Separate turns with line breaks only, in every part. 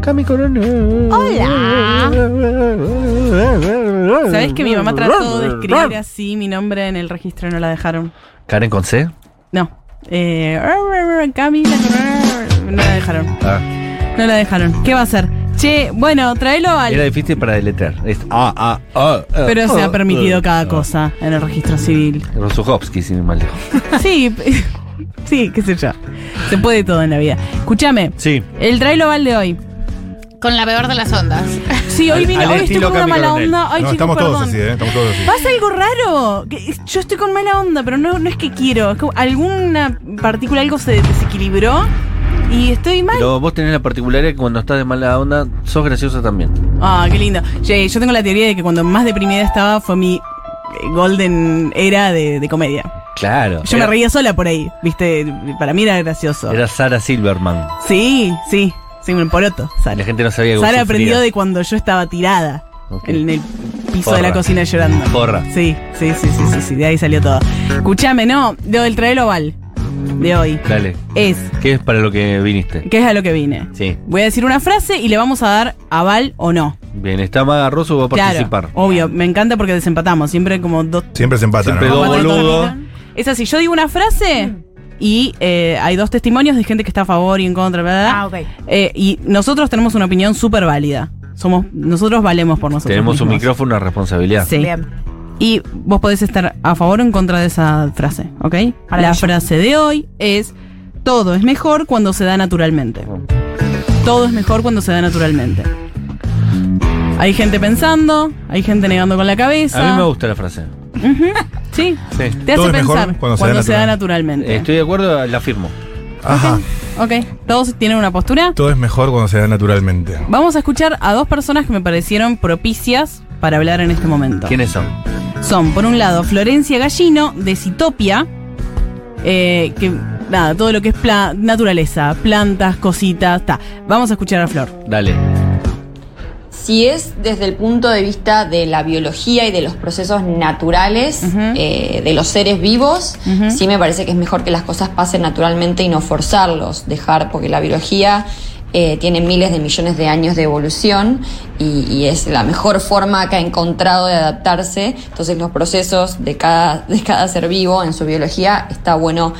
Cami Corona.
Hola.
¿Sabés
¿Sabes que mi mamá trató de escribir así mi nombre en el registro y no la dejaron?
¿Karen con C?
No. Eh, Cami, la Corona, no la dejaron.
Ah,
No la dejaron. ¿Qué va a hacer? Che, bueno, tráelo al.
era difícil para deletrear. Es A, A, A.
Pero
Ah,
se ha permitido cada cosa en el registro civil.
Rosuchowski, si me mal dijo.
Sí, sí, qué sé yo. Se puede todo en la vida. Escúchame,
Sí.
el trailo va al de hoy.
Con la peor de las ondas.
Sí, hoy
Al-
vine,
al
hoy estoy
estilo
con una
Cami
mala
Coronel.
onda. Ay,
no,
chicos,
estamos
perdón.
todos así, ¿eh? Estamos todos así.
¿Pasa algo raro? que Yo estoy con mala onda, pero no, no es que quiero. Es como alguna partícula, algo se desequilibró y estoy mal.
Pero vos tenés la particularidad que cuando estás de mala onda, sos graciosa también.
Ah, qué lindo. Che, yo tengo la teoría de que cuando más deprimida estaba fue mi eh, golden era de, de comedia.
Claro.
Yo me reía sola por ahí, ¿viste? Para mí era gracioso.
Era Sara Silverman.
Sí, sí, sí, un poroto,
La
Sara.
gente no sabía que vos
Sara
sufrías.
aprendió de cuando yo estaba tirada
Ok.
en el piso
Porra.
de la cocina llorando.
Porra.
Sí, sí, sí, sí, sí, sí, de ahí salió todo. Escuchame, no, lo del trail oval de hoy
Dale.
es,
¿Qué es para lo que viniste?
que es a lo que vine.
Sí.
Voy a decir una frase y le vamos a dar aval o no.
Bien, está Maga Rosu, va a
Claro,
participar.
obvio, me encanta porque desempatamos, siempre como dos
Siempre se empatan,
Siempre
¿no?
dos
Aguanta,
boludos.
aguanta.
Es así, yo digo una frase y eh, hay dos testimonios de gente que está a favor y en contra, bla, bla, bla.
Ah, ok.
Eh, y nosotros tenemos una opinión súper válida. Somos, nosotros valemos por nosotros.
Tenemos un
mismos.
micrófono, una responsabilidad.
Sí.
Bien.
Y vos podés estar a favor o en contra de esa frase, ¿ok? La frase de hoy es: todo es mejor cuando se da naturalmente. Todo es mejor cuando se da naturalmente. Hay gente pensando, hay gente negando con la cabeza.
A mí me gusta la frase.
Sí.
Sí.
Te
Todo
hace
es mejor
pensar
cuando
cuando,
se da
se, da naturalmente.
Estoy de acuerdo, la firmo.
Ajá.
Ok, todos tienen una postura.
Todo es mejor cuando se da naturalmente.
Vamos a escuchar a dos personas que me parecieron propicias para hablar en este momento.
¿Quiénes son?
Son, por un lado, Florencia Gallino, de Citopia, eh, que nada, todo lo que es pla- naturaleza, plantas, cositas, ta. Vamos a escuchar a Flor.
Dale.
Si es desde el punto de vista de la biología y de los procesos naturales
Ujú.
eh, de los seres vivos,
Ujú.
sí me parece que es mejor que las cosas pasen naturalmente y no forzarlos, dejar, porque la biología eh, tiene miles de millones de años de evolución y, y es la mejor forma que ha encontrado de adaptarse. Entonces los procesos de cada, de cada ser vivo en su biología está bueno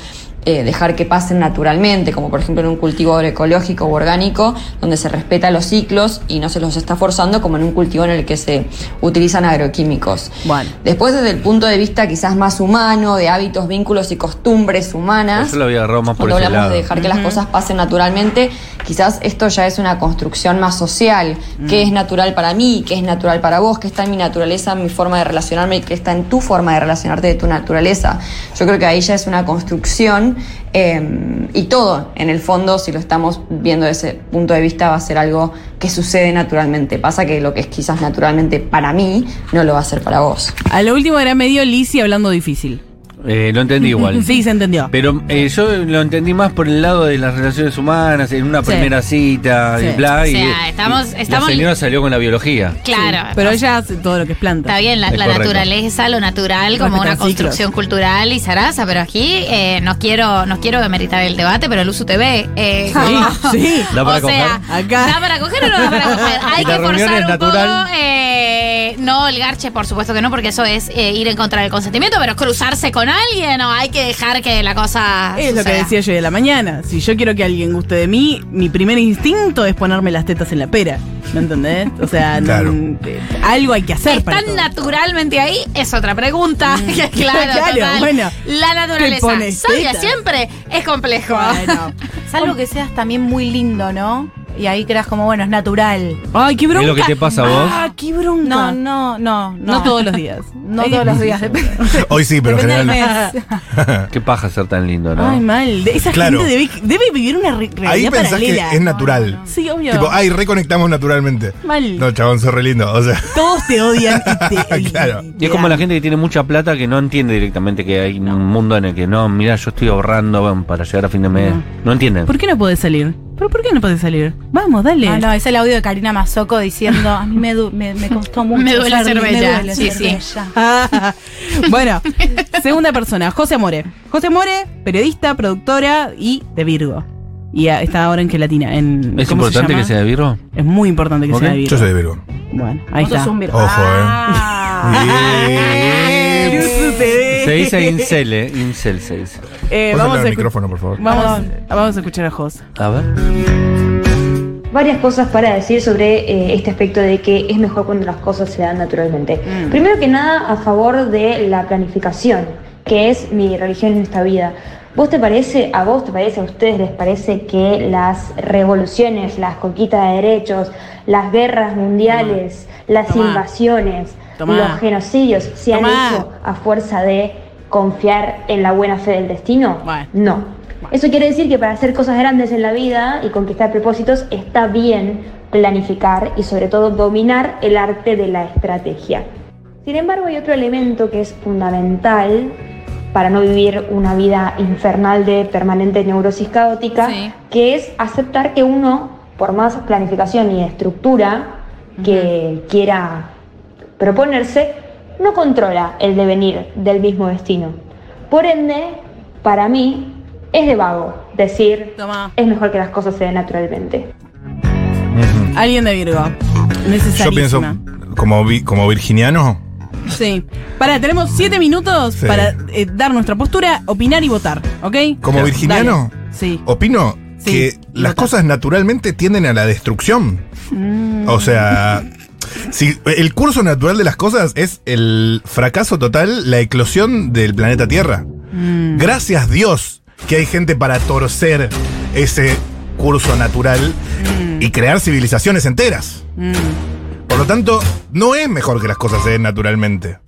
eh, dejar que pasen naturalmente, como por ejemplo en un cultivo agroecológico o orgánico, donde se respeta los ciclos y no se los está forzando, como en un cultivo en el que se utilizan agroquímicos.
Bueno.
Después, desde el punto de vista quizás más humano, de hábitos, vínculos y costumbres humanas.
Eso lo había agarrado más por
Cuando
ese
hablamos
lado.
de dejar que las cosas pasen naturalmente, quizás esto ya es una construcción más social. ¿Qué es natural para mí? ¿Qué es natural para vos? ¿Qué está en mi naturaleza, en mi forma de relacionarme? ¿Y qué está en tu forma de relacionarte de tu naturaleza? Yo creo que ahí ya es una construcción eh, y todo, en el fondo, si lo estamos viendo desde ese punto de vista, va a ser algo que sucede naturalmente. Pasa que lo que es quizás naturalmente para mí, no lo va a ser para vos.
A lo último era medio Lizzy hablando difícil.
Eh, lo entendí igual.
Sí, se entendió.
Pero eh, yo lo entendí más por el lado de las relaciones humanas, en una
Sí.
primera cita
Sí.
y bla.
O
y-
sea, estamos-
y
estamos-
La señora salió con la biología.
Claro.
Pero ella hace todo lo que es planta.
Está bien, la,
Es
la
correcto.
naturaleza, lo natural, como
Respetar
una construcción cultural y zaraza, pero aquí eh, no quiero no quiero demeritar el debate, pero el uso TV. Eh,
Sí,
como-
sí.
¿Da para
o sea,
coger? Acá.
¿da para coger o no da para coger? Hay
Y la
que
reunión
forzar
es
un
natural.
poco. eh, no, el garche, por supuesto que no, porque eso es eh, ir en contra del consentimiento, pero cruzarse con alguien o hay que dejar que la cosa.
Es lo que
suceda.
decía yo de la mañana. Si yo quiero que alguien guste de mí, mi primer instinto es ponerme las tetas en la pera. ¿Me entendés? O sea, no-
Claro.
eh, algo hay que hacer para
¿Están
todo. Mm.
naturalmente ahí? Es otra pregunta. claro,
Claro,
total.
bueno.
La
¿Te
naturaleza
pones
sabia
teta?
siempre es complejo.
Bueno.
Es algo que seas también muy lindo, ¿no? Y ahí creas como, bueno, es natural.
Ay, qué bronca.
¿Es lo que te pasa a vos?
Ah, qué bronca.
No, no, no, no.
No todos los días.
No
Ay,
todos los días,
difícil.
depende.
Hoy sí, pero en
depende del
general. Ah.
mes.
Qué paja ser tan lindo, ¿no?
Ay, mal. De- Esa
Claro.
gente debe, debe vivir una re- realidad
Ahí pensás que
paralela.
es natural.
Sí, obvio.
Tipo, ay, reconectamos naturalmente.
Mal.
No, chabón, sos re lindo. O sea,
Todos te odian y te. y-
Claro.
Y es como la gente que tiene mucha plata que no entiende directamente que hay un mundo en el que no, mira, yo estoy ahorrando bueno, para llegar a fin de mes.
No.
No, entienden.
¿Por qué no podés salir? ¿Pero por qué no podés salir? Vamos, dale.
Ah, No, no, es el audio de Karina Mazoco diciendo, a mí me, du- me, me costó mucho.
Me duele ser
me
bella".
duele
Sí,
ser
sí.
bella.
Ah, bueno, segunda persona, José More. José More, periodista, productora y de Virgo. Y a- está ahora en gelatina. En,
¿Es
¿cómo
importante que sea de Virgo?
llama? Es muy importante que
Ok.
sea de Virgo.
Yo soy de Virgo.
Bueno, ahí
Vos
está.
sos un virgo.
Ojo,
Ah.
eh.
¿Qué sucede?
Se dice incel, eh. Incel se dice.
Eh,
Vos
vamos,
habla
a
al
escu-
micrófono, por favor.
vamos, vamos a escuchar a Jos.
A ver.
varias cosas para decir sobre eh, este aspecto de que es mejor cuando las cosas se dan naturalmente.
Mm.
Primero que nada, a favor de la planificación, que es mi religión en esta vida. ¿Vos te parece, a vos te parece, a ustedes les parece que las revoluciones, las conquistas de derechos, las guerras mundiales, las
Tomá.
invasiones,
Tomá.
los genocidios se
Tomá.
han hecho a fuerza de confiar en la buena fe del destino?
Bueno.
No. Eso quiere decir que para hacer cosas grandes en la vida y conquistar propósitos está bien planificar y sobre todo dominar el arte de la estrategia. Sin embargo, hay otro elemento que es fundamental para no vivir una vida infernal de permanente neurosis caótica,
Sí.
que es aceptar que uno, por más planificación y estructura que quiera proponerse, no controla el devenir del mismo destino. Por ende, para mí, es de vago decir,
Toma.
es mejor que las cosas se den naturalmente.
Ujú.
Alguien de Virgo.
Yo pienso,
Necesarísima.
como, vi- como virginiano,
Sí. Pará, tenemos siete minutos
Sí.
para eh, dar nuestra postura, opinar y votar, ¿ok?
como
Claro.
virginiano,
Dale. Sí.
opino
Sí,
que las
vota.
cosas naturalmente tienden a la destrucción.
Mm.
O sea, si el curso natural de las cosas es el fracaso total, la eclosión del planeta Tierra.
Mm.
Gracias Dios que hay gente para torcer ese curso natural y crear civilizaciones enteras.
Mm.
Por lo tanto, no es mejor que las cosas se den naturalmente.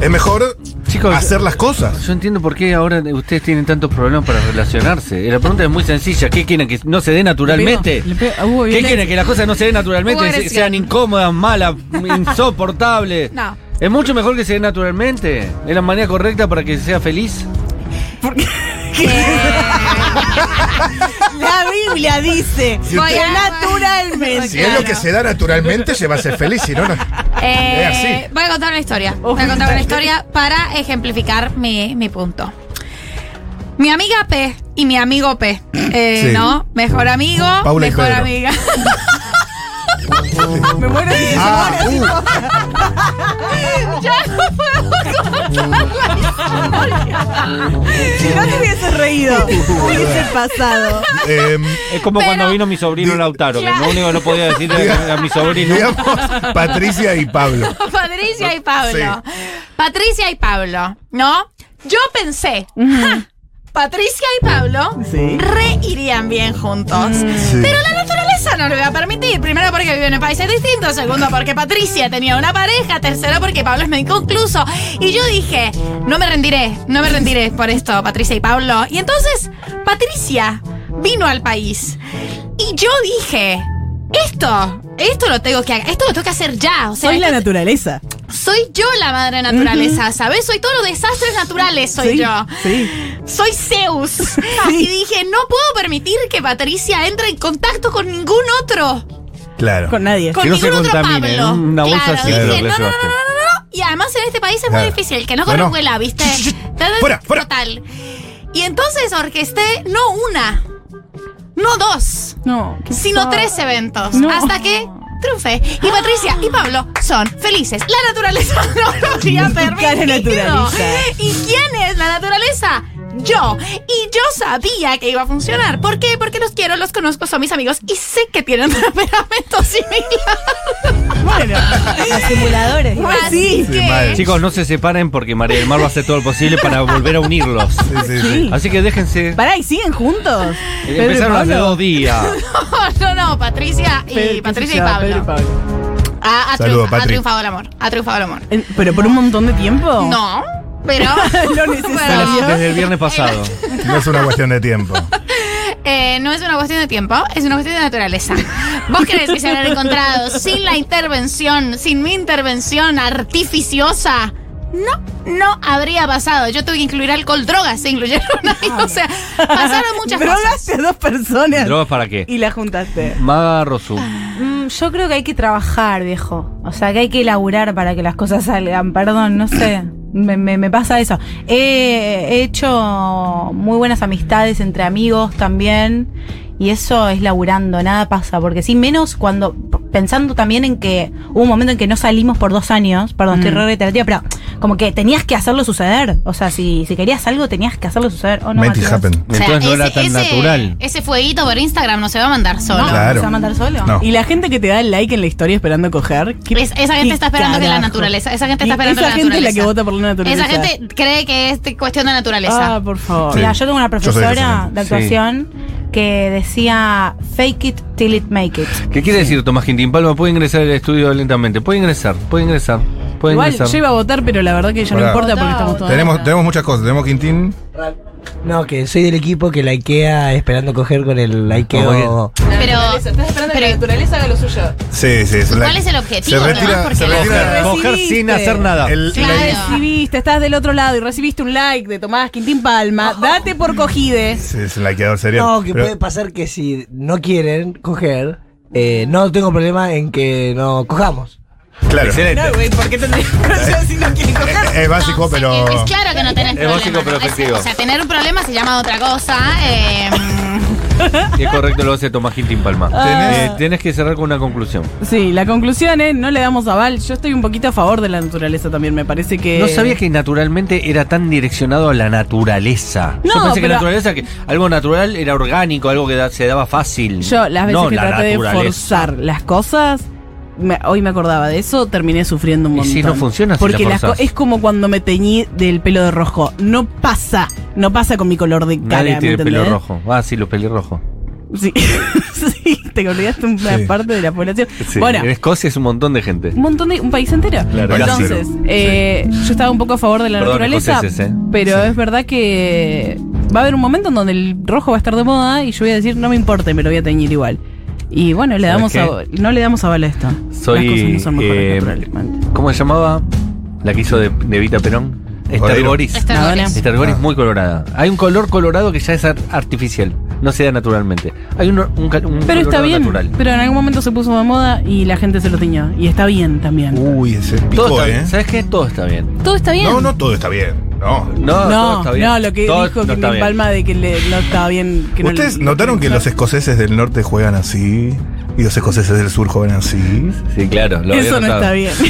Es mejor
Chicos,
hacer las cosas.
Yo entiendo por qué ahora ustedes tienen tantos problemas para relacionarse. La pregunta es muy sencilla. ¿Qué quieren? ¿Que no se dé naturalmente?
Le pego- le pego- hubo
¿Qué
violencia.
quieren? ¿Que las cosas no se den
Hubo
naturalmente? se-
agresión.
sean incómodas, malas, insoportables.
No.
Es mucho mejor que se den naturalmente. Es la manera correcta para que sea feliz.
La Biblia dice
Si
Voy
usted-
a-
naturalmente.
Si es lo que se da naturalmente, se va a ser feliz, si no, no.
Eh,
Es así.
Voy a contar una historia. Voy a contar una historia para ejemplificar mi, mi punto. Mi amiga P y mi amigo P. eh,
Sí.
¿No? Mejor amigo,
Paula y
mejor
Pedro.
amiga.
Me muero de
Ah, uh,
ya no puedo
Si no te hubieses reído, hubiese pasado.
em,
Es como
Pero-
cuando vino mi sobrino Lautaro. Que lo único que no podía decir a, a mi sobrino.
digamos, Patricia y Pablo.
Patricia y Pablo. Patricia y Pablo, ¿no? Yo pensé, "Ja, Patricia y Pablo
Sí. Mm.
re irían bien juntos. Pero la naturaleza no lo iba a permitir. Primero porque viven en países distintos. Segundo porque Patricia tenía una pareja. Tercero porque Pablo es médico inconcluso. Y yo dije, no me rendiré, no me rendiré por esto, Patricia y Pablo. Y entonces Patricia vino al país. Y yo dije, esto, esto lo tengo que, esto lo tengo que hacer ya. O sea,
Soy la
esto-
naturaleza.
soy yo la madre naturaleza, ¿sabes? Soy todos los desastres naturales, soy
Sí,
yo.
Sí.
Soy Zeus. Y dije, no puedo permitir que Patricia entre en contacto con ningún otro.
Claro.
Con nadie.
Con
Que no
ningún
se
otro
contamine,
Pablo.
una bolsa
claro,
así,
dije,
claro,
le
no, no, no, no,
llevaste.
no, no. Y además en este país es
Claro.
muy difícil, que no
Bueno.
correcuela, ¿viste?
Fuera, fuera.
Total. Y entonces orquesté no una, no dos,
No. qué
sino
fa-
tres eventos.
No.
Hasta que triunfé. Y Patricia y Pablo son felices. La naturaleza no lo había
Cara
permitido.
naturalista.
¿Y quién es la naturaleza? Yo. Y yo sabía que iba a funcionar. ¿Por qué? Porque los quiero, los conozco, son mis amigos y sé que tienen temperamento similar.
Bueno. Los simuladores.
Así
Sí,
que...
mal.
Chicos, no se separen porque María del Mar va a hacer todo lo posible para volver a unirlos.
Sí, sí, sí.
Así que déjense.
Pará, ¿y siguen juntos? Pedro y
Eh, Empezaron hace
Pablo.
dos días.
Oh, No, no, Patricia y
Pedro-
Patricia y
¿qué se llama?
Pablo.
Pedro
Ha, ha
Saludo,
triunfa- ha
Patri.
triunfado el amor. Ha triunfado el amor.
Eh, ¿Pero por un montón de tiempo?
No, pero...
Lo necesario.
pero-
Desde el viernes pasado.
No es una cuestión de tiempo.
Eh, no es una cuestión de tiempo, es una cuestión de naturaleza. ¿Vos crees que se habrán encontrado sin la intervención, sin mi intervención artificiosa? No, no habría pasado. Yo tuve que incluir alcohol, drogas se incluyeron ahí. O sea, pasaron muchas cosas.
Drogaste a dos personas.
¿Drogas para qué?
y la juntaste.
Maga Rosu.
Ah.
Mm, yo creo que hay que trabajar, viejo. O sea, que hay que laburar para que las cosas salgan. Perdón, no sé. Me, me- me pasa eso. He, he hecho muy buenas amistades entre amigos también. Y eso es laburando, nada pasa. Porque sí, menos cuando. Pensando también en que hubo un momento en que no salimos por dos años. Perdón,
Mm.
estoy re reiterativa, pero como que tenías que hacerlo suceder. O sea, si, si querías algo, tenías que hacerlo suceder. O no,
Make it
Matías?
happen.
O sea,
Entonces no era
ese-
tan
ese-
natural.
Ese fueguito por Instagram no se va a mandar solo.
No,
Claro.
¿Se va a mandar solo?
No.
Y la gente que te da el like en la historia esperando coger. ¿qué-
Es- esa gente
qué
está esperando que la
carajo?
naturaleza. Esa gente
Y
está esperando
esa
la
gente es la
naturaleza.
que vota por la naturaleza.
Esa gente cree que es cuestión de naturaleza.
Ah, por favor.
Sí.
Mira, yo tengo una
Yo soy de esa
profesora
gente.
de actuación que decía fake it till it make it.
¿Qué quiere decir Tomás Quintín Palma? Puede ingresar al estudio lentamente. Puede ingresar, puede ingresar, puede
Igual
ingresar.
yo iba a votar, pero la verdad que ya no
Pará.
importa porque estamos todos.
Tenemos, tenemos muchas cosas. Tenemos Quintín.
No, que soy del equipo que la Ikea esperando coger con el
Como
Ikeo.
Pero, pero
naturaleza haga lo suyo.
Sí, sí. es la-
¿cuál es el objetivo?
Se retira-
Tomás? Porque
se
la-
retira-
Coger
Recibiste.
sin hacer nada.
el-
Claro.
la-
Recibiste, estás del otro lado y recibiste un like de Tomás Quintín Palma.
Oh.
Date por cogides.
Sí, es el laqueador serial.
No, que
Pero-
puede pasar que si no quieren coger, eh, no tengo problema en que no cojamos.
Claro.
Excelente.
güey, ¿por qué tendrías si no quieres coger?
Es, es básico,
No,
pero.
sí, Es claro que no tenés
Es
problema.
básico, pero
¿no? Es-
efectivo.
o sea, tener un problema se llama otra cosa. eh,
Y es correcto lo hace Tomás Quintín Palma.
Tenés-
Eh, Tenés que cerrar con una conclusión.
Sí, la conclusión es, no le damos aval. Yo estoy un poquito a favor de la naturaleza también, me parece que...
No sabía que naturalmente era tan direccionado a la naturaleza. Yo
No,
pensé que
pero-
naturaleza, que algo natural era orgánico, algo que da- se daba fácil.
Yo las veces
No,
que
la
traté de
naturaleza.
forzar las cosas, me- hoy me acordaba de eso, terminé sufriendo un
Y
montón.
si no funciona si
Porque
la
las co-
forzás.
es como cuando me teñí del pelo de rojo. No pasa, no pasa con mi color de cara.
Nadie
¿me
tiene pelo
entendés?
rojo. Ah, sí, los pelirrojos.
Sí, Sí, te olvidaste una
Sí.
parte de la población.
Sí,
Bueno,
En este Escocia es un montón de gente.
un montón de un país entero.
Claro,
casi.
Entonces, eh, yo estaba un poco a favor de la
Perdón,
naturaleza,
escoceses, ¿eh?
pero es verdad que va a haber un momento en donde el rojo va a estar de moda y yo voy a decir, no me importe, me lo voy a teñir igual. Y bueno, le damos
qué?
a- no le damos aval a esto.
Soy,
Las cosas no son mejores
eh,
naturalmente.
¿Cómo se llamaba? La que hizo de, de Evita Perón. Esther
Oreiro.
Goris.
Esther
Madonna.
Goris.
Esther Goris muy colorada. Hay un color colorado que ya es ar- artificial. No se da naturalmente. Hay un, un, ca- un
Pero está
colorado
bien,
natural.
pero en algún momento se puso de moda y la gente se lo teñió. Y está bien también.
Uh,
Uy, ese pico,
Todo está
¿eh?
bien. ¿Sabes qué? Todo está bien.
Todo está bien.
No, no todo está bien. No.
No, todo
No,
está bien.
no, lo que
Todo
dijo
no
que
está
Quintín
bien.
Palma de que le- no estaba bien. que no
¿Ustedes
le-
notaron que los escoceses del norte juegan así? Y los escoceses del sur juegan así.
Sí, claro. lo había
Eso no
notado.
está bien.